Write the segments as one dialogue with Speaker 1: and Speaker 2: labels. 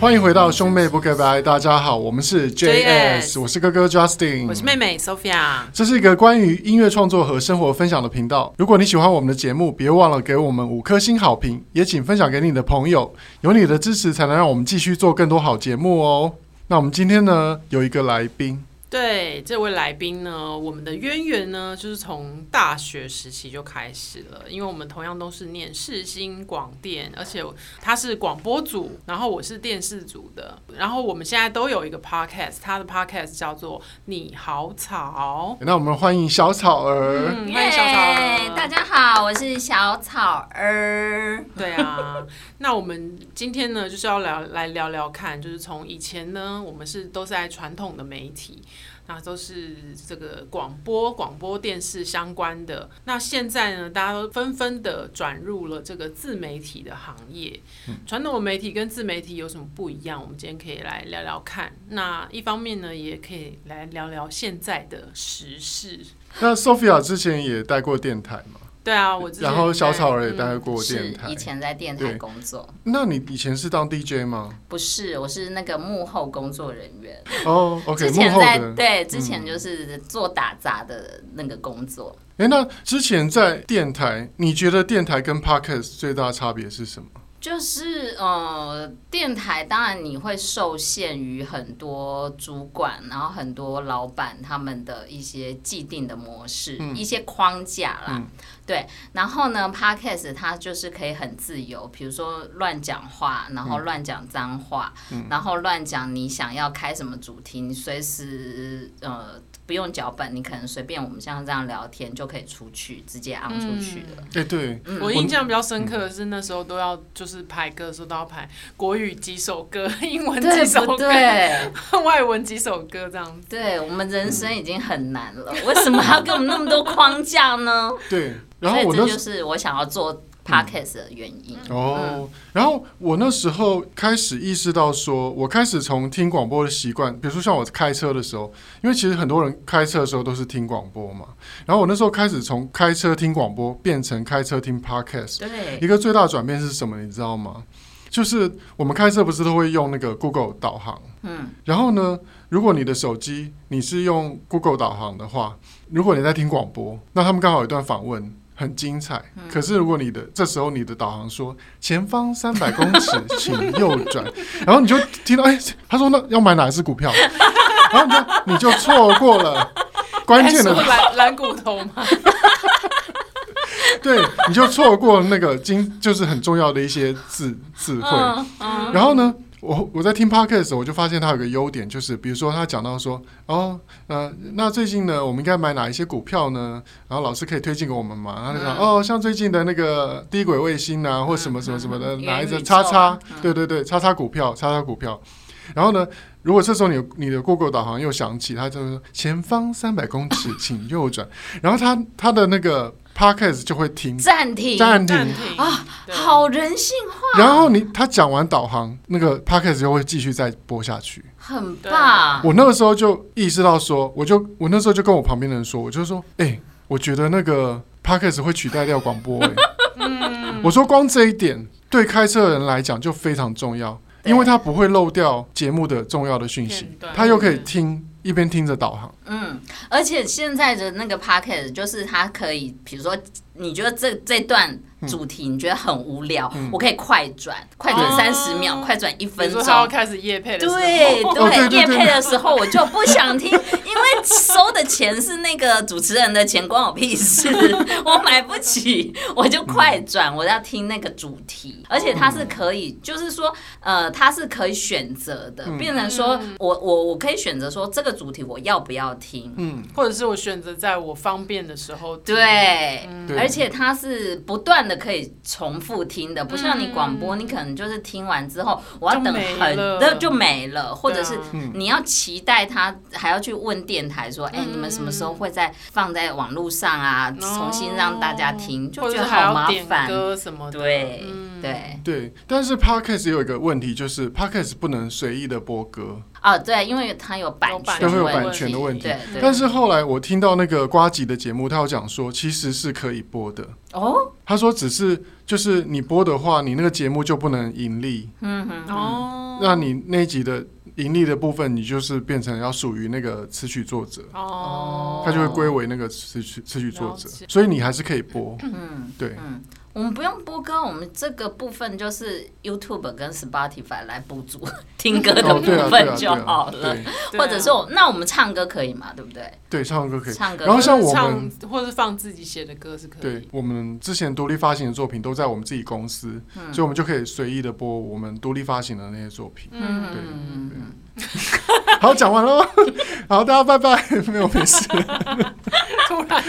Speaker 1: 欢迎回到兄妹不 goodbye，大家好，我们是 JS，
Speaker 2: JS
Speaker 1: 我是哥哥 Justin，
Speaker 2: 我是妹妹 Sophia。
Speaker 1: 这是一个关于音乐创作和生活分享的频道。如果你喜欢我们的节目，别忘了给我们五颗星好评，也请分享给你的朋友。有你的支持，才能让我们继续做更多好节目哦。那我们今天呢，有一个来宾，
Speaker 2: 对这位来宾呢，我们的渊源呢，就是从大学时期就开始了，因为我们同样都是念世新广电，而且他是广播组，然后我是电视组的，然后我们现在都有一个 podcast，他的 podcast 叫做《你好草》。
Speaker 1: 那我们欢迎小草儿。
Speaker 2: 嗯，欢迎小草
Speaker 3: 耶
Speaker 2: 儿，
Speaker 3: 大家好，我是小草儿。
Speaker 2: 对啊，那我们今天呢，就是要聊来聊聊看，就是从以前呢，我们是都是在传统的媒体，那都是这个广播、广播电视相关的。那现在呢，大家都纷纷的转入了这个自媒体的行业。
Speaker 1: 嗯
Speaker 2: 传统的媒体跟自媒体有什么不一样？我们今天可以来聊聊看。那一方面呢，也可以来聊聊现在的时事。
Speaker 1: 那 Sophia 之前也待过电台嘛，
Speaker 2: 对啊，我之前
Speaker 1: 然后小
Speaker 2: 在
Speaker 1: 草儿也
Speaker 2: 嗯
Speaker 1: 待过
Speaker 3: 是
Speaker 1: 电台
Speaker 3: 以。前在电
Speaker 1: 对
Speaker 3: 台工作，
Speaker 1: 那你以前是当 DJ 吗？
Speaker 3: 不是，我是那个幕后工作人员。
Speaker 1: 哦、o k
Speaker 3: 之
Speaker 1: 幕
Speaker 3: 前
Speaker 1: 后
Speaker 3: 在
Speaker 1: 的。嗯
Speaker 3: 对，之前就是做打杂的那个工作。
Speaker 1: 哎、那之前在电台，你觉得电台跟 Podcast 最大的差别是什么？
Speaker 3: 就是呃，电台当然你会受限于很多主管，然后很多老板他们的一些既定的模式、一些框架啦。对，然后呢，podcast 它就是可以很自由，比如说乱讲话，然后乱讲脏话，然后乱讲你想要开什么主题，你随时呃不用脚本，你可能随便我们像这样聊天就可以出去，直接昂出去了。
Speaker 1: 哎、对，
Speaker 3: 嗯
Speaker 2: 我印象比
Speaker 1: 嗯
Speaker 2: 较深刻的是那时候都要就是排歌的时候都要排国语几首歌、 英文几
Speaker 3: 对
Speaker 2: 首
Speaker 3: 不
Speaker 2: 歌、
Speaker 3: 对？
Speaker 2: 外文几首歌这样子。
Speaker 3: 对我们人生已经很难了， 为什么要给我们那么多框架呢？
Speaker 1: 对。 然后我
Speaker 3: 所
Speaker 1: 那
Speaker 3: 以这
Speaker 1: 时
Speaker 3: 就是我想要做 podcast 的原因。嗯
Speaker 1: 哦，然后我那时候开始意识到说，我开始从听广播的习惯，比如说像我开车的时候，因为其实很多人开车的时候都是听广播嘛，然后我那时候开始从开车听广播变成开车听 podcast，
Speaker 3: 对
Speaker 1: 一个最大的转变是什么，你知道吗？就是我们开车不是都会用那个 Google 导航，嗯，然后呢，如果你的手机你是用 Google 导航的话，如果你在听广播，那他们刚好有一段访问很精彩，可是如果你的这时候你的导航说前方三百公尺请右转， 然后你就听到哎，他说那要买哪一只股票，然后你就你就错过了关键的
Speaker 2: 哎是蓝蓝骨头吗？
Speaker 1: 对，你就错过那个经，就是很重要的一些智智慧。
Speaker 3: 嗯
Speaker 1: 然后呢，我我在听 podcast 的时候，我就发现它有个优点，就是比如说他讲到说，哦，呃，那最近呢，我们应该买哪一些股票呢？然后老师可以推荐给我们嘛？他就讲，哦，像最近的那个低轨卫星啊，或什么什么什么的，
Speaker 3: 嗯嗯
Speaker 1: 哪一只
Speaker 3: 元宇宙
Speaker 1: 叉
Speaker 3: 啊
Speaker 1: 叉
Speaker 3: 嗯，
Speaker 1: 对对对，叉叉股票，叉叉股票。然后呢，如果这时候你你的 Google 导航又响起，它就说前方三百公尺，请右转。然后它它的那个 podcast 就会停
Speaker 3: 暂停，
Speaker 1: 暂停
Speaker 2: 暂，停啊，对
Speaker 3: 好人性化，
Speaker 1: 然后你他讲完导航，那个 podcast 就会继续再播下去。
Speaker 3: 很棒。
Speaker 1: 我那个时候就意识到说，我就我那时候就跟我旁边的人说，我就说，哎、我觉得那个 podcast 会取代掉广播、欸。
Speaker 2: 嗯
Speaker 1: 我说光这一点对开车的人来讲就非常重要，
Speaker 3: 对
Speaker 1: 因为他不会漏掉节目的重要的讯息
Speaker 2: 片段，
Speaker 1: 他又可以听一边听着导航。
Speaker 3: 嗯，而且现在的那个 podcast 就是它可以，比如说你觉得这这段主题你觉得很无聊，
Speaker 1: 嗯
Speaker 3: 我可以快转，快转
Speaker 2: 对
Speaker 3: 三十秒，快转
Speaker 2: 比
Speaker 3: 一
Speaker 2: 嗯
Speaker 3: 分
Speaker 2: 哦如说
Speaker 3: 钟，
Speaker 2: 他要开始夜配的时候，
Speaker 3: 对
Speaker 1: 哦对对
Speaker 3: 对，
Speaker 1: 对
Speaker 3: 夜配的时候我就不想听，因为收的钱是那个主持人的钱，关我屁事， 我买不起，我就
Speaker 1: 嗯
Speaker 3: 快转，我要听那个主题，而且它是可以，就是说，呃，它是可以选择的，
Speaker 1: 嗯
Speaker 3: 变成说
Speaker 2: 嗯
Speaker 3: 我我我可以选择说这个主题我要不要听，
Speaker 2: 或者是我选择在我方便的时候听，
Speaker 3: 对，
Speaker 2: 嗯
Speaker 1: 对
Speaker 3: 而且它是不断的可以重复听的，不像你广播，你可能就是听完之后，我
Speaker 2: 嗯
Speaker 3: 要
Speaker 2: 就
Speaker 3: 等
Speaker 2: 没
Speaker 3: 很
Speaker 2: 了
Speaker 3: 那就没了，或者是
Speaker 2: 对啊
Speaker 3: 你要期待它，还要去问电台说，哎、你们什么时候会再放在网络上啊，
Speaker 2: 哦
Speaker 3: 重新让大家听，
Speaker 2: 或
Speaker 3: 就
Speaker 2: 者
Speaker 3: 觉
Speaker 2: 是
Speaker 3: 得
Speaker 2: 还
Speaker 3: 好
Speaker 2: 要
Speaker 3: 麻
Speaker 2: 点
Speaker 3: 烦。
Speaker 2: 歌什么的，
Speaker 3: 对、
Speaker 2: 嗯
Speaker 3: 对，
Speaker 1: 对，但是 podcast 也有一个问题，就是 podcast 不能随意的播歌。
Speaker 3: 哦对，因为它有版
Speaker 2: 有版
Speaker 1: 对，
Speaker 3: 权
Speaker 1: 会有
Speaker 2: 问
Speaker 1: 版权的问题。
Speaker 3: 对对，
Speaker 1: 但是后来我听到那个瓜吉的节目，他有讲说，其实是可以播的。
Speaker 3: 哦，
Speaker 1: 他说，只是就是你播的话，你那个节目就不能盈利。
Speaker 3: 嗯哼，
Speaker 2: 哦。
Speaker 1: 那你那一集的盈利的部分，你就是变成要属于那个词曲作者，
Speaker 2: 哦，
Speaker 1: 它就会归为那个词曲词曲作者
Speaker 2: 了解，
Speaker 1: 所以你还是可以播。
Speaker 3: 嗯，
Speaker 1: 对，
Speaker 3: 嗯，我们不用播歌，我们这个部分就是 YouTube 跟 Spotify 来补足听歌的
Speaker 1: 哦，
Speaker 3: 部
Speaker 1: 对 啊，对
Speaker 3: 分
Speaker 1: 啊，对
Speaker 3: 就好
Speaker 1: 啊，
Speaker 3: 了。
Speaker 1: 对
Speaker 2: 对啊
Speaker 3: 或者是我，那我们唱歌可以嘛？对不对？
Speaker 1: 对，唱歌可以。
Speaker 3: 唱歌
Speaker 1: 然后像
Speaker 2: 或
Speaker 1: 我
Speaker 2: 是
Speaker 1: 们，
Speaker 2: 唱或是放自己写的歌是可
Speaker 1: 对
Speaker 2: 以。
Speaker 1: 我们之前独立发行的作品都在我们自己公司，
Speaker 3: 嗯
Speaker 1: 所以我们就可以随意的播我们独立发行的那些作品。
Speaker 2: 嗯，
Speaker 1: 对
Speaker 3: 嗯，
Speaker 1: 好，讲完了吗？ 好，大家拜拜。 没有，没事。
Speaker 2: 突然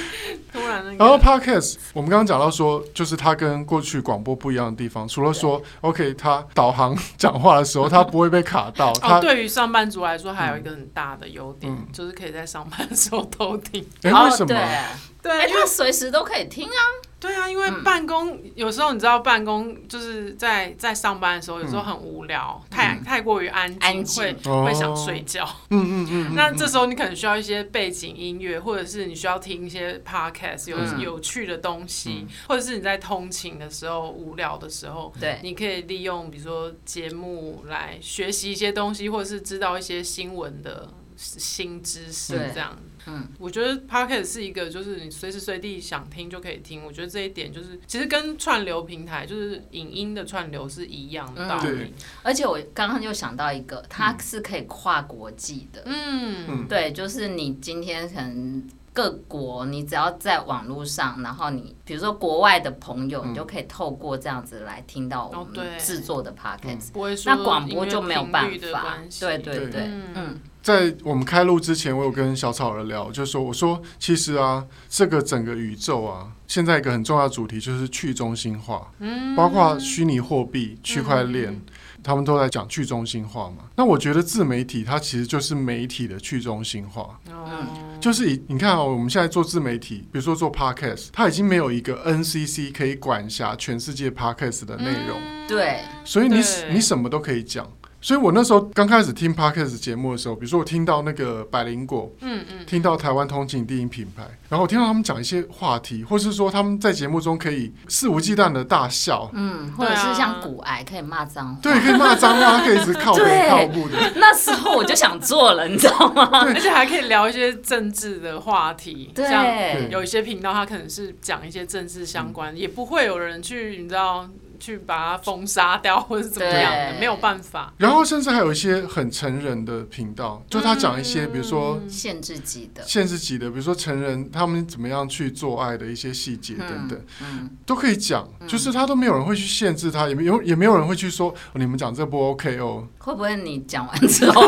Speaker 2: 突然那个，
Speaker 1: 然后 podcast，我们刚刚讲到说，就是它跟过去广播不一样的地方，除了说 OK，它导航讲话的时候，它不会被卡到，它
Speaker 2: 哦，对于上班族来说，还有一个很大的优点，
Speaker 1: 嗯
Speaker 2: 就是可以在上班的时候偷听。
Speaker 1: 哎、
Speaker 3: 哦
Speaker 1: 为什
Speaker 3: 对，
Speaker 1: 么？
Speaker 3: 哎，
Speaker 2: 对，因为
Speaker 3: 他随时都可以听啊。
Speaker 2: 对啊，因为办公、有时候你知道，办公就是在在上班的时候，有时候很无聊，太太过于安静，
Speaker 3: 安静
Speaker 2: 会
Speaker 1: 嗯哦
Speaker 2: 会想睡觉。
Speaker 1: 嗯嗯嗯，
Speaker 2: 那这时候你可能需要一些背景音乐，或者是你需要听一些 podcast 有、
Speaker 3: 嗯
Speaker 2: 有趣的东西，
Speaker 1: 嗯
Speaker 2: 或者是你在通勤的时候无聊的时候，
Speaker 3: 对，
Speaker 2: 你可以利用比如说节目来学习一些东西，或者是知道一些新闻的新知识
Speaker 3: 对
Speaker 2: 这样。
Speaker 3: 嗯，
Speaker 2: 我觉得 Pocket 是一个，就是你随时随地想听就可以听。我觉得这一点就是，其实跟串流平台就是影音的串流是一样的道理。
Speaker 3: 而且我刚刚就想到一个，它是可以跨国际的。
Speaker 2: 嗯
Speaker 1: 嗯
Speaker 3: 对，就是你今天可能各国，你只要在网络上，然后你比如说国外的朋友，
Speaker 1: 嗯
Speaker 3: 你就可以透过这样子来听到我
Speaker 2: 哦对
Speaker 3: 们制作
Speaker 1: 嗯
Speaker 3: 的 podcast。
Speaker 2: 不会说
Speaker 3: 那广播就没有办
Speaker 2: 音乐频率的
Speaker 3: 法
Speaker 2: 关，系
Speaker 3: 对对
Speaker 1: 对
Speaker 3: 对，
Speaker 2: 嗯
Speaker 3: 嗯，
Speaker 1: 在我们开录之前，我有跟小草儿聊，就说我说其实啊，这个整个宇宙啊，现在一个很重要的主题就是去中心化，嗯，包括虚拟货币、区块链，他们都在讲去中心化嘛。那我觉得自媒体它其实就是媒体的去中心化，
Speaker 3: 嗯
Speaker 2: 哦，
Speaker 1: 就是以你看哦，我们现在做自媒体，比如说做 podcast，它已经没有一个 NCC 可以管辖全世界 podcast 的内容，
Speaker 3: 对，
Speaker 1: 所以你
Speaker 2: 嗯对
Speaker 1: 你什么都可以讲。所以我那时候刚开始听 podcast 节目的时候，比如说我听到那个百灵果，
Speaker 2: 嗯嗯，
Speaker 1: 听到台湾通勤第一品牌，然后我听到他们讲一些话题，或是说他们在节目中可以肆无忌惮的大笑，
Speaker 3: 嗯，或者
Speaker 2: 对
Speaker 3: 是
Speaker 2: 啊
Speaker 3: 像骨癌可以骂脏话，
Speaker 1: 对，可以骂脏话，可以一直 靠背
Speaker 3: 对
Speaker 1: 靠步的，
Speaker 3: 那时候我就想做了，你知道吗？
Speaker 2: 而且还可以聊一些政治的话题，像
Speaker 3: 对，
Speaker 2: 有一些频道，它可能是讲一些政治
Speaker 3: 嗯
Speaker 2: 相关，也不会有人去，你知道，去把它封杀掉或者是怎么样的，
Speaker 3: 对
Speaker 2: 没有办法。
Speaker 1: 然后甚至还有一些很成人的频道，就他讲一些，比如说
Speaker 3: 限制级的，
Speaker 1: 限制级的，比如说成人他们怎么样去做爱的一些细节等等，
Speaker 3: 嗯，
Speaker 1: 都可以讲。就是他都没有人会去限制他，也没有也没有人会去说、哦你们讲这不 OK 哦。
Speaker 3: 会不会你讲完之后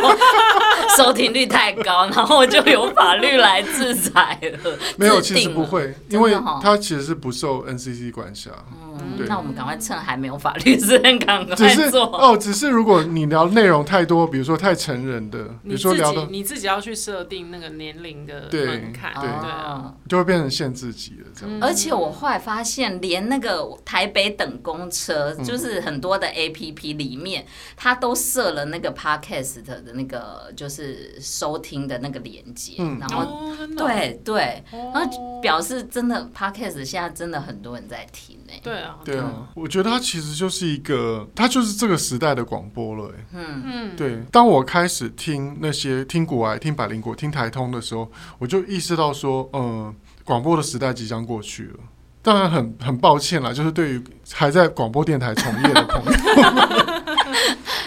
Speaker 3: 收听率太高，然后就有法律来制裁了？
Speaker 1: 没有，其
Speaker 3: 制
Speaker 1: 实
Speaker 3: 定
Speaker 1: 不
Speaker 3: 了。
Speaker 1: 会，
Speaker 3: 真的
Speaker 1: 因为
Speaker 3: 哦
Speaker 1: 他其实是不受 NCC 管辖。
Speaker 3: 嗯
Speaker 1: 对，
Speaker 3: 那我们赶快趁还没有法律之前赶
Speaker 1: 只
Speaker 3: 快
Speaker 1: 是
Speaker 3: 做。
Speaker 1: 哦，只是如果你聊内容太多，比如说太成人的，比
Speaker 2: 你
Speaker 1: 如说
Speaker 2: 自
Speaker 1: 聊
Speaker 2: 己
Speaker 1: 的
Speaker 2: 你自己要去设定那个年龄的
Speaker 1: 对
Speaker 2: 门槛，
Speaker 1: 对
Speaker 2: 对啊，
Speaker 3: 哦
Speaker 1: 就会变成限制级了这样。
Speaker 3: 而且我后来发现，连那个台北等公车，就是很多的 A P P 里面，它都设了那个 podcast 的那个就是收听的那个连接，
Speaker 1: 嗯
Speaker 3: 然后
Speaker 2: 哦，真的哦，哦
Speaker 3: 对对，
Speaker 2: 然
Speaker 3: 然后表示真的 podcast 现在真的很多人在听哎、
Speaker 2: 对啊，
Speaker 1: 对啊，我觉得它其实就是一个，它就是这个时代的广播了、欸。
Speaker 3: 嗯，
Speaker 2: 嗯，
Speaker 1: 对，当我开始听那些听古癌、听百灵果、听台通的时候，我就意识到说，呃，广播的时代即将过去了。当然很很抱歉啦，就是对于还在广播电台从业的朋友，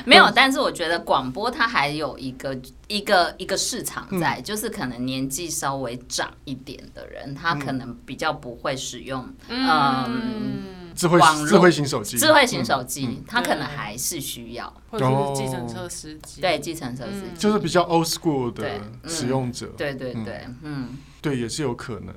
Speaker 3: 没有，但是我觉得广播它还有一个一个一个市场在，就是可能年纪稍微长一点的人，他可能比较不会使用
Speaker 2: 嗯，
Speaker 1: 智慧
Speaker 3: 网络
Speaker 1: 智慧型手机，
Speaker 3: 智慧型手机，他可能
Speaker 2: 对
Speaker 3: 还是需要
Speaker 2: 或者
Speaker 1: 哦
Speaker 2: 是计程车司机，
Speaker 3: 对计程车司
Speaker 1: 嗯
Speaker 3: 机，
Speaker 1: 就是比较 old school 的
Speaker 3: 对嗯
Speaker 1: 使用者，
Speaker 3: 对对对，嗯。
Speaker 1: 对，也是有可能。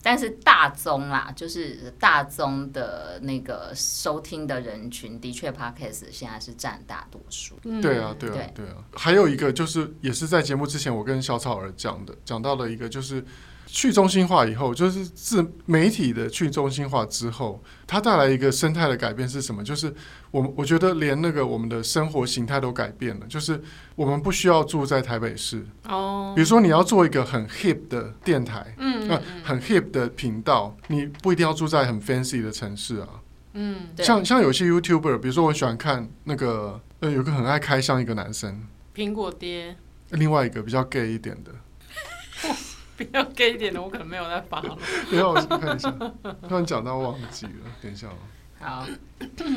Speaker 3: 但是大宗啦，就是大宗的那个收听的人群，的确 podcast 现在是占大多数。
Speaker 2: 嗯，
Speaker 1: 对啊，对啊
Speaker 3: 对，
Speaker 1: 对啊。还有一个就是，也是在节目之前，我跟小草儿讲的，讲到了一个就是去中心化以后，就是自媒体的去中心化之后，它带来一个生态的改变是什么？就是我们我觉得连那个我们的生活形态都改变了，就是我们不需要住在台北市，
Speaker 2: 哦
Speaker 1: 比，如说你要做一个很 hip 的电台，
Speaker 2: 嗯
Speaker 1: 呃，很 hip 的频道，你不一定要住在很 fancy 的城市啊。
Speaker 2: 嗯，
Speaker 3: 对
Speaker 1: 像像有些 YouTuber，比如说我喜欢看那个呃，有个很爱开箱一个男生，
Speaker 2: 苹果爹，
Speaker 1: 另外一个比较 gay 一点的，
Speaker 2: 比较 gay 一点的，我可能没有在发了。
Speaker 1: 等一哎下我去看一下，突然讲到忘记了，等一下哦。
Speaker 3: 好，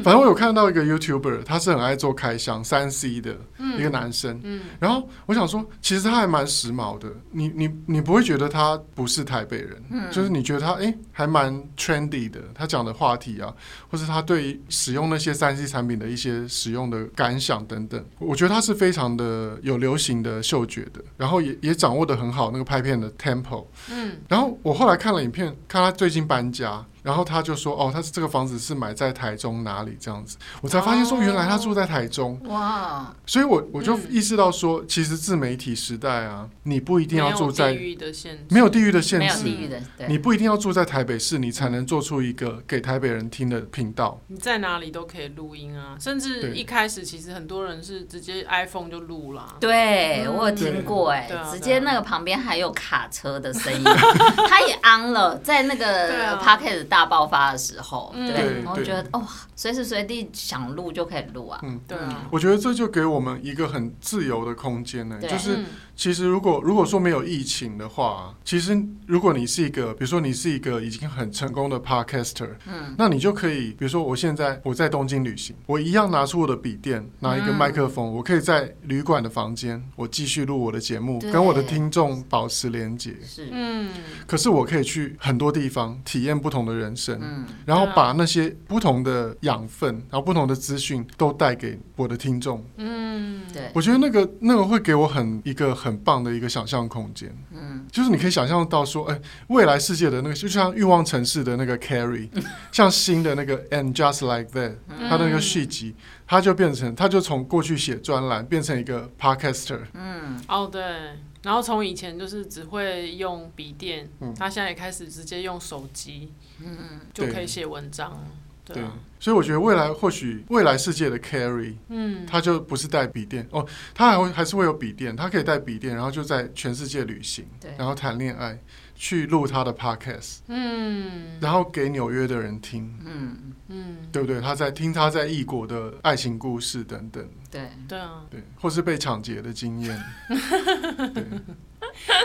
Speaker 1: 反正我有看到一个 YouTuber，他是很爱做开箱三 C 的
Speaker 2: 嗯
Speaker 1: 一个男生，然后我想说，其实他还蛮时髦的，你你你不会觉得他不是台北人，
Speaker 2: 嗯
Speaker 1: 就是你觉得他诶还蛮 trendy 的，他讲的话题啊，或是他对使用那些三 C 产品的一些使用的感想等等，我觉得他是非常的有流行的嗅觉的，然后也也掌握的很好那个拍片的 tempo，
Speaker 2: 嗯，
Speaker 1: 然后我后来看了影片，看他最近搬家，然后他就说，哦，他是这个房子是买在台中哪里这样子，我才发现说，
Speaker 2: 哦
Speaker 1: 原来他住在台中，
Speaker 3: 哇，
Speaker 1: 所以我我就
Speaker 2: 嗯
Speaker 1: 意识到说，其实自媒体时代啊，你不一定要住
Speaker 2: 没有
Speaker 1: 在
Speaker 2: 地域的限制，
Speaker 1: 没有地域的限
Speaker 3: 没有
Speaker 1: 制
Speaker 3: 地，域的，
Speaker 1: 你
Speaker 3: 对，
Speaker 1: 不一定要住在台北市，你才能做出一个给台北人听的频道。
Speaker 2: 你在哪里都可以录音啊，甚至
Speaker 1: 对
Speaker 2: 一开始其实很多人是直接 iPhone 就录啦。
Speaker 3: 对
Speaker 2: 嗯
Speaker 3: 我有听过哎
Speaker 2: 对啊对啊，
Speaker 3: 直接那个旁边还有卡车的声音，他也昂了，在那
Speaker 2: 对啊
Speaker 3: 个 p o c k e t 大爆发的时候，
Speaker 2: 嗯
Speaker 3: 对
Speaker 1: 对，
Speaker 3: 我
Speaker 1: 对
Speaker 3: 觉得哦，随时随地想录就可以录啊，
Speaker 1: 嗯，
Speaker 2: 对啊，
Speaker 1: 我觉得这就给我们一个很自由的空间呢、
Speaker 3: 对
Speaker 1: 就是
Speaker 2: 嗯
Speaker 1: 其实，如果如果说没有疫情的话，其实如果你是一个，比如说你是一个已经很成功的 podcaster，嗯，那你就可以，比如说我现在我在东京旅行，我一样拿出我的笔电，拿一
Speaker 3: 嗯
Speaker 1: 个麦克风，我可以在旅馆的房间，我继续录我的节目，
Speaker 3: 对
Speaker 1: 跟我的听众保持连接。
Speaker 3: 是，
Speaker 2: 嗯，
Speaker 1: 可是我可以去很多地方体验不同的人生，
Speaker 3: 嗯，
Speaker 1: 然后把那些不同的养分，然后不同的资讯都带给我的听众。
Speaker 3: 对，
Speaker 1: 我觉得那个那个会给我很一个很棒的一个想象空间，嗯，就是你可以想象到说，哎、未来世界的那个，就像欲望城市的那个 Carrie，像新的那个 And Just Like That，它
Speaker 2: 嗯
Speaker 1: 的那个续集，它就变成，它就从过去写专栏变成一个 Podcaster，
Speaker 3: 嗯
Speaker 2: 哦对，然后从以前就是只会用笔电，
Speaker 1: 嗯
Speaker 2: 他现在也开始直接用手机，嗯，就可以写文章了，对啊，
Speaker 1: 所以我觉得未来或许未来世界的 Carrie，
Speaker 2: 嗯，
Speaker 1: 它就不是带笔电哦，它还会还是会有笔电，它可以带笔电，然后就在全世界旅行，
Speaker 3: 对
Speaker 1: 然后谈恋爱，去录他的 Podcast，
Speaker 2: 嗯
Speaker 1: 然后给纽约的人听。
Speaker 3: 嗯，
Speaker 2: 嗯，
Speaker 1: 对不对？他在听他在异国的爱情故事等等，
Speaker 3: 对，
Speaker 2: 对啊，
Speaker 1: 对，或是被抢劫的经 验，对，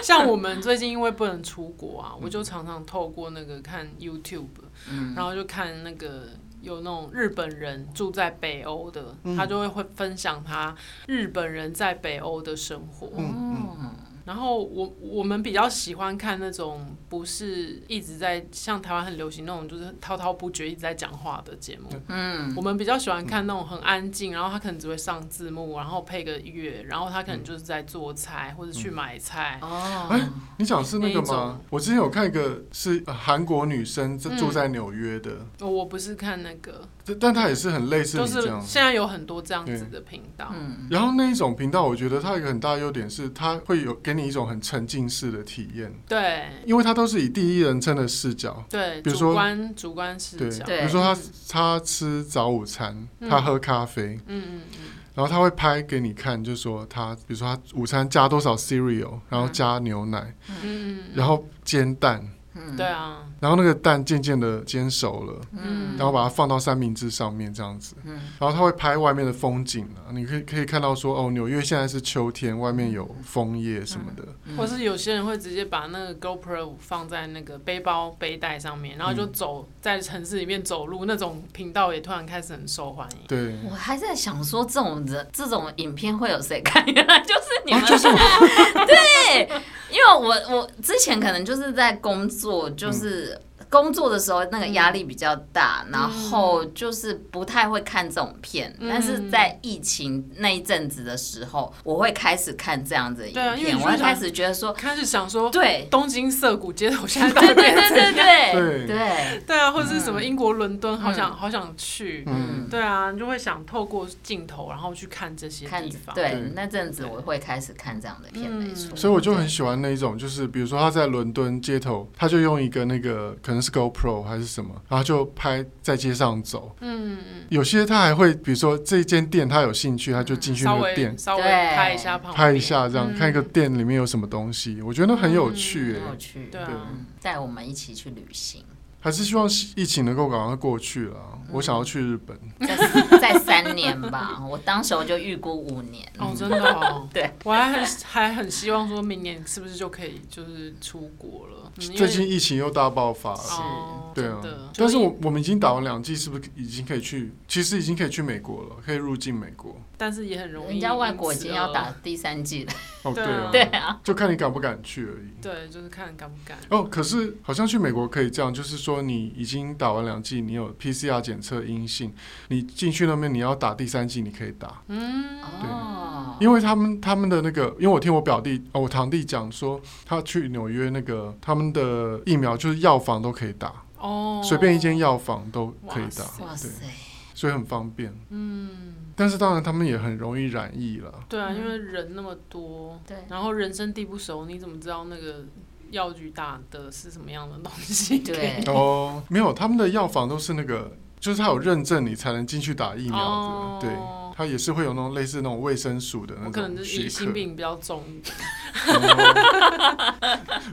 Speaker 2: 像我们最近因为不能出国啊，我就常常透过那个看 YouTube，、
Speaker 3: 嗯
Speaker 2: 然后就看那个有那种日本人住在北欧的，
Speaker 3: 嗯
Speaker 2: 他就会会分享他日本人在北欧的生活。
Speaker 1: 嗯
Speaker 3: 嗯，
Speaker 2: 然后我我们比较喜欢看那种不是一直在像台湾很流行那种就是滔滔不绝一直在讲话的节目。
Speaker 3: 嗯，
Speaker 2: 我们比较喜欢看那种很安静，然后他可能只会上字幕，然后配个乐，然后他可能就是在做菜或者去买菜，
Speaker 1: 哎
Speaker 3: 嗯哦，
Speaker 1: 你讲是那个
Speaker 2: 那一种
Speaker 1: 吗？我之前有看一个是呃韩国女生在
Speaker 2: 嗯
Speaker 1: 住在纽约的，
Speaker 2: 哦我不是看那个，
Speaker 1: 但但她也是很类似
Speaker 2: 就
Speaker 1: 你
Speaker 2: 嗯是
Speaker 1: 这样。
Speaker 2: 现在有很多这样子的频道，
Speaker 3: 嗯，
Speaker 1: 然后那一种频道，我觉得它有一个很大的优点是，它会有给你一种很沉浸式的体验，
Speaker 2: 对
Speaker 1: 因为它都是以第一人称的视角。
Speaker 2: 对，
Speaker 1: 比如
Speaker 2: 主
Speaker 1: 说
Speaker 2: 观主观视
Speaker 1: 对，
Speaker 2: 角，
Speaker 1: 比如说他他吃早午餐，他喝咖啡，
Speaker 2: 嗯嗯嗯，
Speaker 1: 然后他会拍给你看，就说他，比如说他午餐加多少 cereal，然后加牛奶，
Speaker 2: 嗯
Speaker 1: 然后煎蛋，
Speaker 2: 嗯，对啊，
Speaker 1: 然后那个蛋渐渐的煎熟了，
Speaker 2: 嗯，
Speaker 1: 然后把它放到三明治上面这样子，然后他会拍外面的风景啊，你可以可以看到说，哦，纽约现在是秋天，外面有枫叶什么的，
Speaker 2: 或是有些人会直接把那个 GoPro 放在那个背包背带上面，然后
Speaker 1: 嗯
Speaker 2: 就走在城市里面走路，那种频道也突然开始很受欢迎。
Speaker 1: 对，
Speaker 3: 我还在想说，这种人这种影片会有谁看？原来就是你们，
Speaker 1: 啊，就是我
Speaker 3: 对，因为我我之前可能就是在工作，就是工作的时候那个压力比较大，然后就是不太会看这种片。
Speaker 2: 嗯
Speaker 3: 但是在疫情那一阵子的时候，我会开始看这样子的影
Speaker 2: 对啊因为
Speaker 3: 片，
Speaker 2: 你
Speaker 3: 我
Speaker 2: 就
Speaker 3: 会
Speaker 2: 想
Speaker 3: 开始觉得说，
Speaker 2: 开始想说，
Speaker 3: 对，
Speaker 2: 东京涩谷街头现在到
Speaker 3: 对
Speaker 2: 底
Speaker 3: 对
Speaker 2: 变
Speaker 3: 对
Speaker 2: 成
Speaker 3: 对
Speaker 2: 怎样？
Speaker 1: 对
Speaker 3: 对对，
Speaker 2: 对啊，或者是什么英国伦敦，好想好想去。
Speaker 1: 嗯
Speaker 2: 对啊，你就会想透过镜头，然后去看这些
Speaker 3: 看
Speaker 2: 地方。
Speaker 1: 对
Speaker 3: 对那阵子我会开始看这样的片，
Speaker 2: 嗯
Speaker 3: 没错。
Speaker 1: 所以我就很喜欢那一种，就是比如说他在伦敦街头，他就用一个那个可能是 GoPro 还是什么，然后就拍在街上走。嗯，有些他还会，比如说这间店他有兴趣，他就进去
Speaker 2: 稍
Speaker 1: 那个
Speaker 2: 微
Speaker 1: 店
Speaker 2: 嗯稍微
Speaker 3: 对
Speaker 2: 拍一下旁边，
Speaker 1: 拍一下，这样
Speaker 2: 嗯
Speaker 1: 看一个店里面有什么东西，我觉得很有趣
Speaker 3: 很
Speaker 1: 诶
Speaker 3: 有。趣
Speaker 2: 对，啊，
Speaker 3: 嗯带我们一起去旅行。
Speaker 1: 还是希望疫情能够赶快过去了。
Speaker 2: 嗯
Speaker 1: 我想要去日本，
Speaker 3: 在在三年吧，我当时候就预估五年。，
Speaker 2: 哦，真的哦
Speaker 3: 对，
Speaker 2: 我还很还很希望说明年是不是就可以就是出国了，嗯、因为
Speaker 1: 最近疫情又大爆发了。
Speaker 2: 哦，
Speaker 1: 对
Speaker 2: 真的
Speaker 1: 啊，但是
Speaker 2: 所以
Speaker 1: 我我们已经打完两剂，是不是已经可以去？其实已经可以去美国了，可以入境美国。
Speaker 2: 但是也很容易，哦
Speaker 3: 人家外国已经要打，第三季了，
Speaker 1: 哦，
Speaker 2: 对啊
Speaker 1: 啊，
Speaker 3: 对啊，
Speaker 1: 就看你敢不敢去而已。
Speaker 2: 对，就是看敢不敢。
Speaker 1: 哦，可是好像去美国可以这样，就是说你已经打完两剂，你有 PCR 检测阴性，你进去那边你要打第三剂，你可以打，
Speaker 2: 嗯
Speaker 3: 哦，
Speaker 1: 因为他们他们的那个，因为我听我表弟哦，我堂弟讲说，他去纽约那个他们的疫苗就是药房都可以打，
Speaker 2: 哦，
Speaker 1: 随便一间药房都可以打
Speaker 2: 哇，
Speaker 3: 哇
Speaker 1: 对，
Speaker 3: 塞，
Speaker 1: 所以很方便。嗯，但是当然他们也很容易染疫了。
Speaker 2: 对
Speaker 3: 嗯
Speaker 2: 啊，因为人那么多，
Speaker 3: 对
Speaker 2: 然后人生地不熟，你怎么知道那个药局打的是什么样的东西？
Speaker 3: 对，
Speaker 1: 哦，没有，他们的药房都是那个，就是他有认证你才能进去打疫苗的，
Speaker 2: 哦
Speaker 1: 对，他也是会有那种类似那种卫生署的那
Speaker 2: 我
Speaker 1: 种
Speaker 2: 可能就是疑
Speaker 1: 许
Speaker 2: 心
Speaker 1: 可。
Speaker 2: 病比较重一点，
Speaker 1: 哦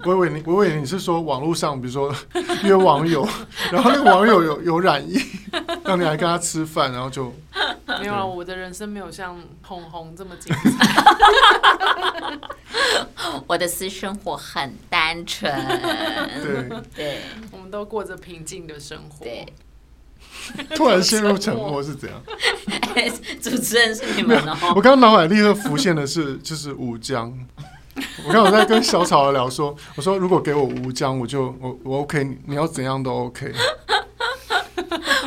Speaker 1: 我以为你，我以为你是说网络上，比如说约网友， 然后那个网友有有染疫，让你来跟他吃饭，然后就
Speaker 2: 没有啊，
Speaker 1: 对
Speaker 2: 我的人生没有像红红这么精彩。
Speaker 3: 我的私生活很单纯，
Speaker 1: 对，
Speaker 3: 对
Speaker 2: 我们都过着平静的生活。
Speaker 3: 对，
Speaker 1: 突然陷入沉默是 怎样？
Speaker 3: 哎主持人是你们
Speaker 1: 我
Speaker 3: 哦，
Speaker 1: 刚刚脑海立刻浮现的是，就是吴江。我刚刚有在跟小草聊说，我说如果给我吴江，我就我我 OK，你你要怎样都 OK。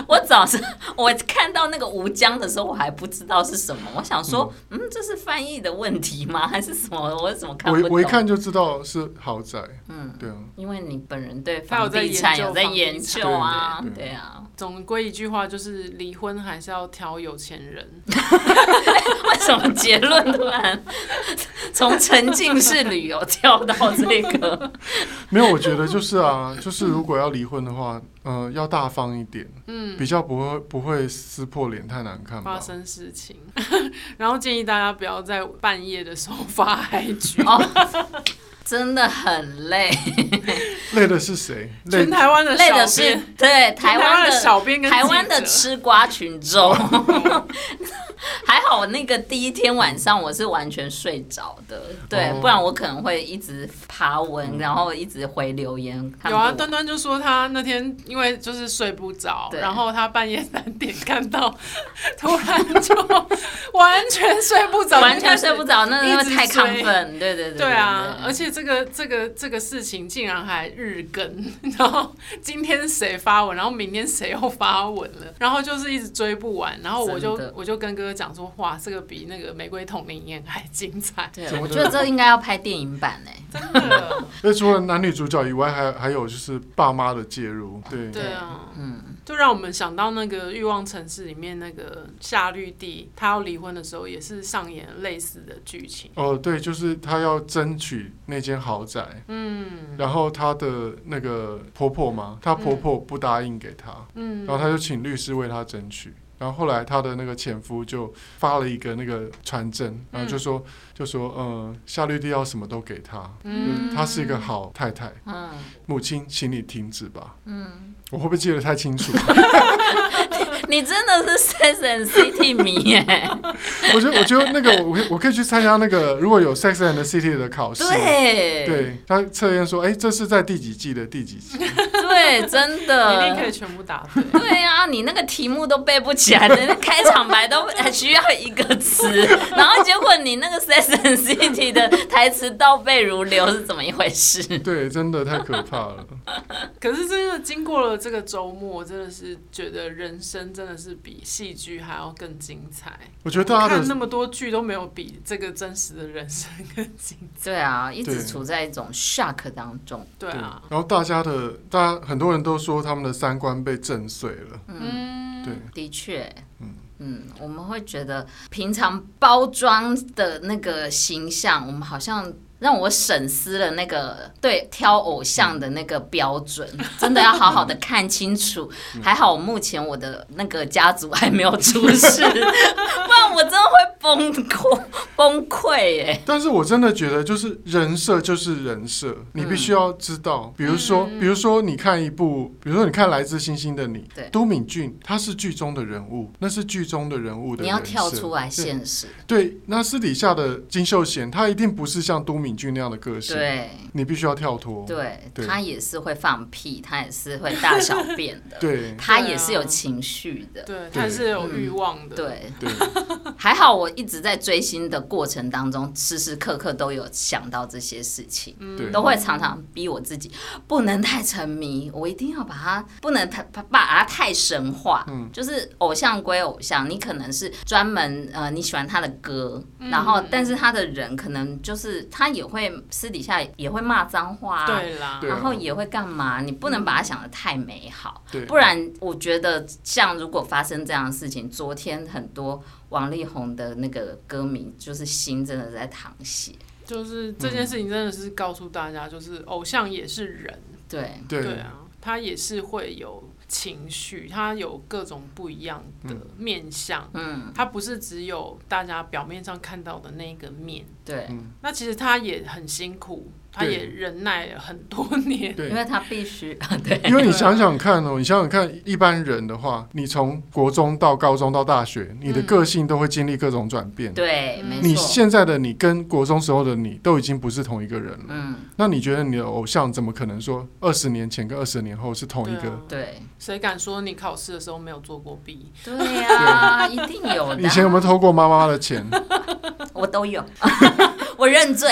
Speaker 3: 我早上我看到那个吴江的时候，我还不知道是什么，我想说，嗯，这是翻译的问题吗？还是什么？我怎么看
Speaker 1: 我
Speaker 3: 不
Speaker 1: 一
Speaker 3: 懂？
Speaker 1: 我一看就知道是豪宅，
Speaker 3: 嗯，
Speaker 1: 对啊，
Speaker 3: 因为你本人对
Speaker 2: 他有
Speaker 3: 房
Speaker 2: 在
Speaker 3: 地
Speaker 2: 研
Speaker 3: 产
Speaker 2: 究
Speaker 3: 有在
Speaker 2: 房地
Speaker 3: 研
Speaker 2: 产
Speaker 3: 究啊
Speaker 1: 对，对
Speaker 3: 对啊，
Speaker 2: 总归一句话就是，离婚还是要挑有钱人。
Speaker 3: 为什么结论突然从沉浸式旅游跳到这 个？
Speaker 1: 没有，我觉得就是啊，就是如果要离婚的话，呃，要大方一点，
Speaker 2: 嗯，
Speaker 1: 比较不会不会撕破脸，太难看
Speaker 2: 发
Speaker 1: 吧。
Speaker 2: 生事情， 然后建议大家不要在半夜的时候发 IG。
Speaker 3: 真的很累，
Speaker 1: 累的是谁？累
Speaker 2: 全台湾的
Speaker 3: 累
Speaker 2: 小
Speaker 3: 的是
Speaker 2: 编，
Speaker 3: 对
Speaker 2: 全
Speaker 3: 台
Speaker 2: 台
Speaker 3: 湾
Speaker 2: 湾的
Speaker 3: 的
Speaker 2: 小编跟
Speaker 3: 台湾的
Speaker 2: 记者
Speaker 3: 吃瓜群众。 还好我那个第一天晚上我是完全睡着的，对
Speaker 1: 哦，
Speaker 3: 不然我可能会一直爬文，然后一直回留言。看
Speaker 2: 嗯有啊，
Speaker 3: 不完
Speaker 2: 端端就说他那天因为就是睡不着，
Speaker 3: 对
Speaker 2: 然后他半夜三点看到，突然就 完全睡不着，
Speaker 3: 完全睡不 着，那
Speaker 2: 一
Speaker 3: 那
Speaker 2: 直
Speaker 3: 太
Speaker 2: 追
Speaker 3: 亢奋，对对对
Speaker 2: 对啊，而
Speaker 3: 且
Speaker 2: 且这个这个这个事情竟然还日更， 然后今天谁发文，然后明天谁又发文了， 然后就是一直追不完，然后我就
Speaker 3: 真的
Speaker 2: 我就跟哥哥讲说，哇，这个比那个玫瑰同林宴还精彩，
Speaker 3: 对
Speaker 1: 真，的
Speaker 3: 我觉得这应该要拍电影版哎。
Speaker 2: 真的，
Speaker 1: 那除了男女主角以外，还还有就是爸妈的介入，对
Speaker 2: 对啊，嗯，就让我们想到那个《欲望城市》里面那个夏绿蒂，她要离婚的时候也是上演类似的剧情，
Speaker 1: 哦，对，就是她要争取那间豪宅，嗯，然后她的那个婆婆嘛，她婆婆不答应给她，嗯，然后她就请律师为她争取，然后后来她的那个前夫就发了一个那个传真，然后就说、就说，嗯，夏绿蒂要什么都给她，嗯，她是一个好太太，
Speaker 3: 嗯，
Speaker 1: 母亲，请你停止吧，嗯，我会不会记得太清楚？
Speaker 3: 你真的是 Sex and City 迷哎。
Speaker 1: 我觉得我觉得那个我可以我可以去参加那个如果有 Sex and the City 的考试，
Speaker 3: 对
Speaker 1: 对他测验说，哎、这是在第几季的第几集？
Speaker 3: 对真
Speaker 2: 一定可以
Speaker 3: 的。
Speaker 2: 全部答对。
Speaker 3: 对啊，你那个题目都背不起来，人家开场白都还需要一个 词，然后结果你那个 Sex and City 的台词倒背如流是怎么一回事？
Speaker 1: 对，真的太可怕了。
Speaker 2: 可是真的经过了这个周末，真的是觉得人生真的是比戏剧还要更精彩。
Speaker 1: 我觉得大家
Speaker 2: 看那
Speaker 1: 的
Speaker 2: 么多剧都没有比这个真实的人生更精彩。
Speaker 3: 对啊，一
Speaker 1: 对
Speaker 3: 直处在一种 shock 当中。
Speaker 2: 对
Speaker 1: 对
Speaker 2: 啊，
Speaker 1: 然后大家的大家很多人都说他们的三观被震碎了。
Speaker 2: 嗯，
Speaker 1: 对，
Speaker 3: 的确，
Speaker 1: 嗯
Speaker 3: 嗯我们会觉得平常包装的那个形象，我们好像让我审思了那个对挑偶像的那个标准，真的要好好的看清楚。
Speaker 1: 嗯
Speaker 3: 还好目前我的那个家族还没有出 事，不然我真的会崩溃崩溃耶。
Speaker 1: 但是我真的觉得，就是人设就是人设，你必须要知
Speaker 3: 嗯
Speaker 1: 道。比如说，比如说你看一部，比如说你看《来自星星的你》，
Speaker 3: 对
Speaker 1: 都敏俊他是剧中的人物，那是剧中的人物的
Speaker 3: 你
Speaker 1: 人设。
Speaker 3: 要跳出来现实，
Speaker 1: 对，那私底下的金秀贤，他一定不是像都敏俊那样的个性，
Speaker 3: 对
Speaker 1: 你必须要跳脱。
Speaker 3: 对，
Speaker 1: 对
Speaker 3: 他也是会放屁，他也是会大小便的，
Speaker 1: 对啊
Speaker 3: 他也是有情绪的。
Speaker 2: 对，他是有欲望的，，
Speaker 3: 嗯对，
Speaker 1: 对，
Speaker 3: 还好我一直在追星的过程当中，时时刻刻都有想到这些事情，
Speaker 1: 对
Speaker 3: 都会常常逼我自己不能太沉迷，我一定要把它不能太把把它太神化。
Speaker 1: 嗯
Speaker 3: 就是偶像归偶像，你可能是专门呃你喜欢他的歌，
Speaker 1: 嗯
Speaker 3: 然后但是他的人可能就是他也会私底下也会骂脏话、啊，
Speaker 2: 对啦，
Speaker 1: 对啊
Speaker 3: 然后也会干嘛？你不能把它想的太美好，
Speaker 1: 对
Speaker 3: 不然我觉得像如果发生这样的事情，昨天很多王力宏的那个歌迷就是心真的在淌血，
Speaker 2: 就是这件事情真的是告诉大家，就是偶像也是人，
Speaker 3: 对
Speaker 1: 对
Speaker 2: 对啊，他也是会有情绪，他有各种不一样的面相，嗯，他不是只有大家表面上看到的那一个面，
Speaker 3: 对，
Speaker 2: 那其实他也很辛苦，他
Speaker 1: 对
Speaker 2: 也忍耐了很多年，
Speaker 1: 对
Speaker 3: 因为他必须 啊对
Speaker 1: 因为你想想看哦，你想想看，一般人的话，你从国中到高中到大学，你的个性都会经历各种转变。
Speaker 3: 嗯对，没
Speaker 1: 你
Speaker 3: 错，
Speaker 1: 现在的你跟国中时候的你都已经不是同一个人了。
Speaker 3: 嗯，
Speaker 1: 那你觉得你的偶像怎么可能说二十年前跟二十年后是同一
Speaker 2: 对
Speaker 1: 个
Speaker 2: 啊？
Speaker 3: 对
Speaker 2: 谁敢说你考试的时候没有做过弊？
Speaker 3: 对呀，一定有的
Speaker 1: 以前有没有
Speaker 3: 啊，
Speaker 1: 偷过妈妈的 钱？
Speaker 3: 我都有， 我认罪，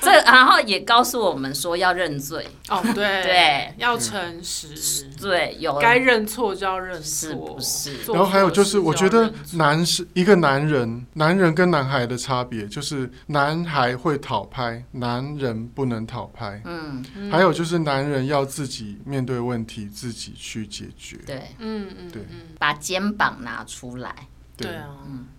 Speaker 3: 这然后也告诉我们说要认罪，
Speaker 2: 哦， 对
Speaker 3: 对，
Speaker 2: 要诚实，
Speaker 3: 对，有
Speaker 2: 该认错就要认错，
Speaker 3: 是不是
Speaker 2: 做
Speaker 1: 然后还有就
Speaker 2: 错
Speaker 1: 是，
Speaker 2: 事
Speaker 1: 我觉
Speaker 2: 要
Speaker 1: 得
Speaker 2: 认错
Speaker 1: 男是一个男人，男人跟男孩的差别就是，男孩会讨拍，男人不能讨拍。
Speaker 3: 嗯，
Speaker 1: 还有就是，男人要自己面对问题，自己去解决。
Speaker 3: 对，
Speaker 2: 嗯嗯，
Speaker 1: 对
Speaker 2: 嗯，
Speaker 3: 把肩膀拿出来。
Speaker 2: 对
Speaker 1: 对，
Speaker 2: 啊，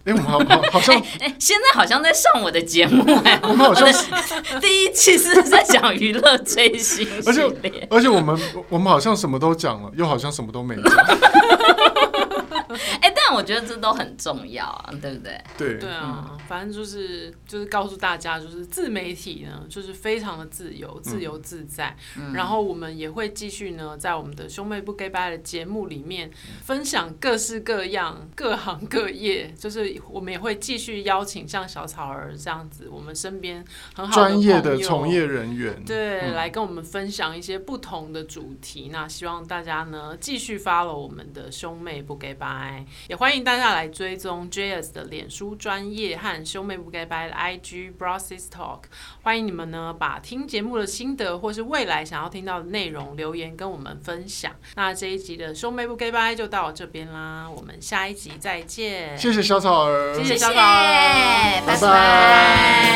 Speaker 1: 哎，我们好好好像
Speaker 3: 哎、现在好像在上我的节 目哎、
Speaker 1: 我们好像是，
Speaker 3: 第一期是在讲娱乐追星系
Speaker 1: 而且
Speaker 3: 列，
Speaker 1: 而且我们我们好像什么都讲了，又好像什么都没讲。
Speaker 3: 哎、但我觉得这都很重要啊，对不对？
Speaker 1: 对嗯
Speaker 2: 对啊，反正就是就是告诉大家，就是自媒体呢，就是非常的自由，
Speaker 1: 嗯
Speaker 2: 自由自在。然后我们也会继续呢，在我们的兄妹不 gay bye 的节目里面，分享各式各样、各行各业。就是我们也会继续邀请像小草儿这样子，我们身边很好
Speaker 1: 专业的
Speaker 2: 朋友啊
Speaker 1: 从业人员。
Speaker 2: 对，来跟我们分享一些不同的主题。那希望大家呢继续 follow 我们的兄妹不给拜，也欢迎大家来追踪 JS 的脸书专业和兄妹不给拜的 IG Brosis Talk。欢迎你们呢把听节目的心得或是未来想要听到的内容留言跟我们分享。那这一集的兄妹不给拜就到这边啦，我们下一集再见。
Speaker 1: 谢谢小草儿，
Speaker 2: 谢
Speaker 3: 谢谢，
Speaker 2: 小宝
Speaker 3: 哎拜
Speaker 1: 拜
Speaker 3: 拜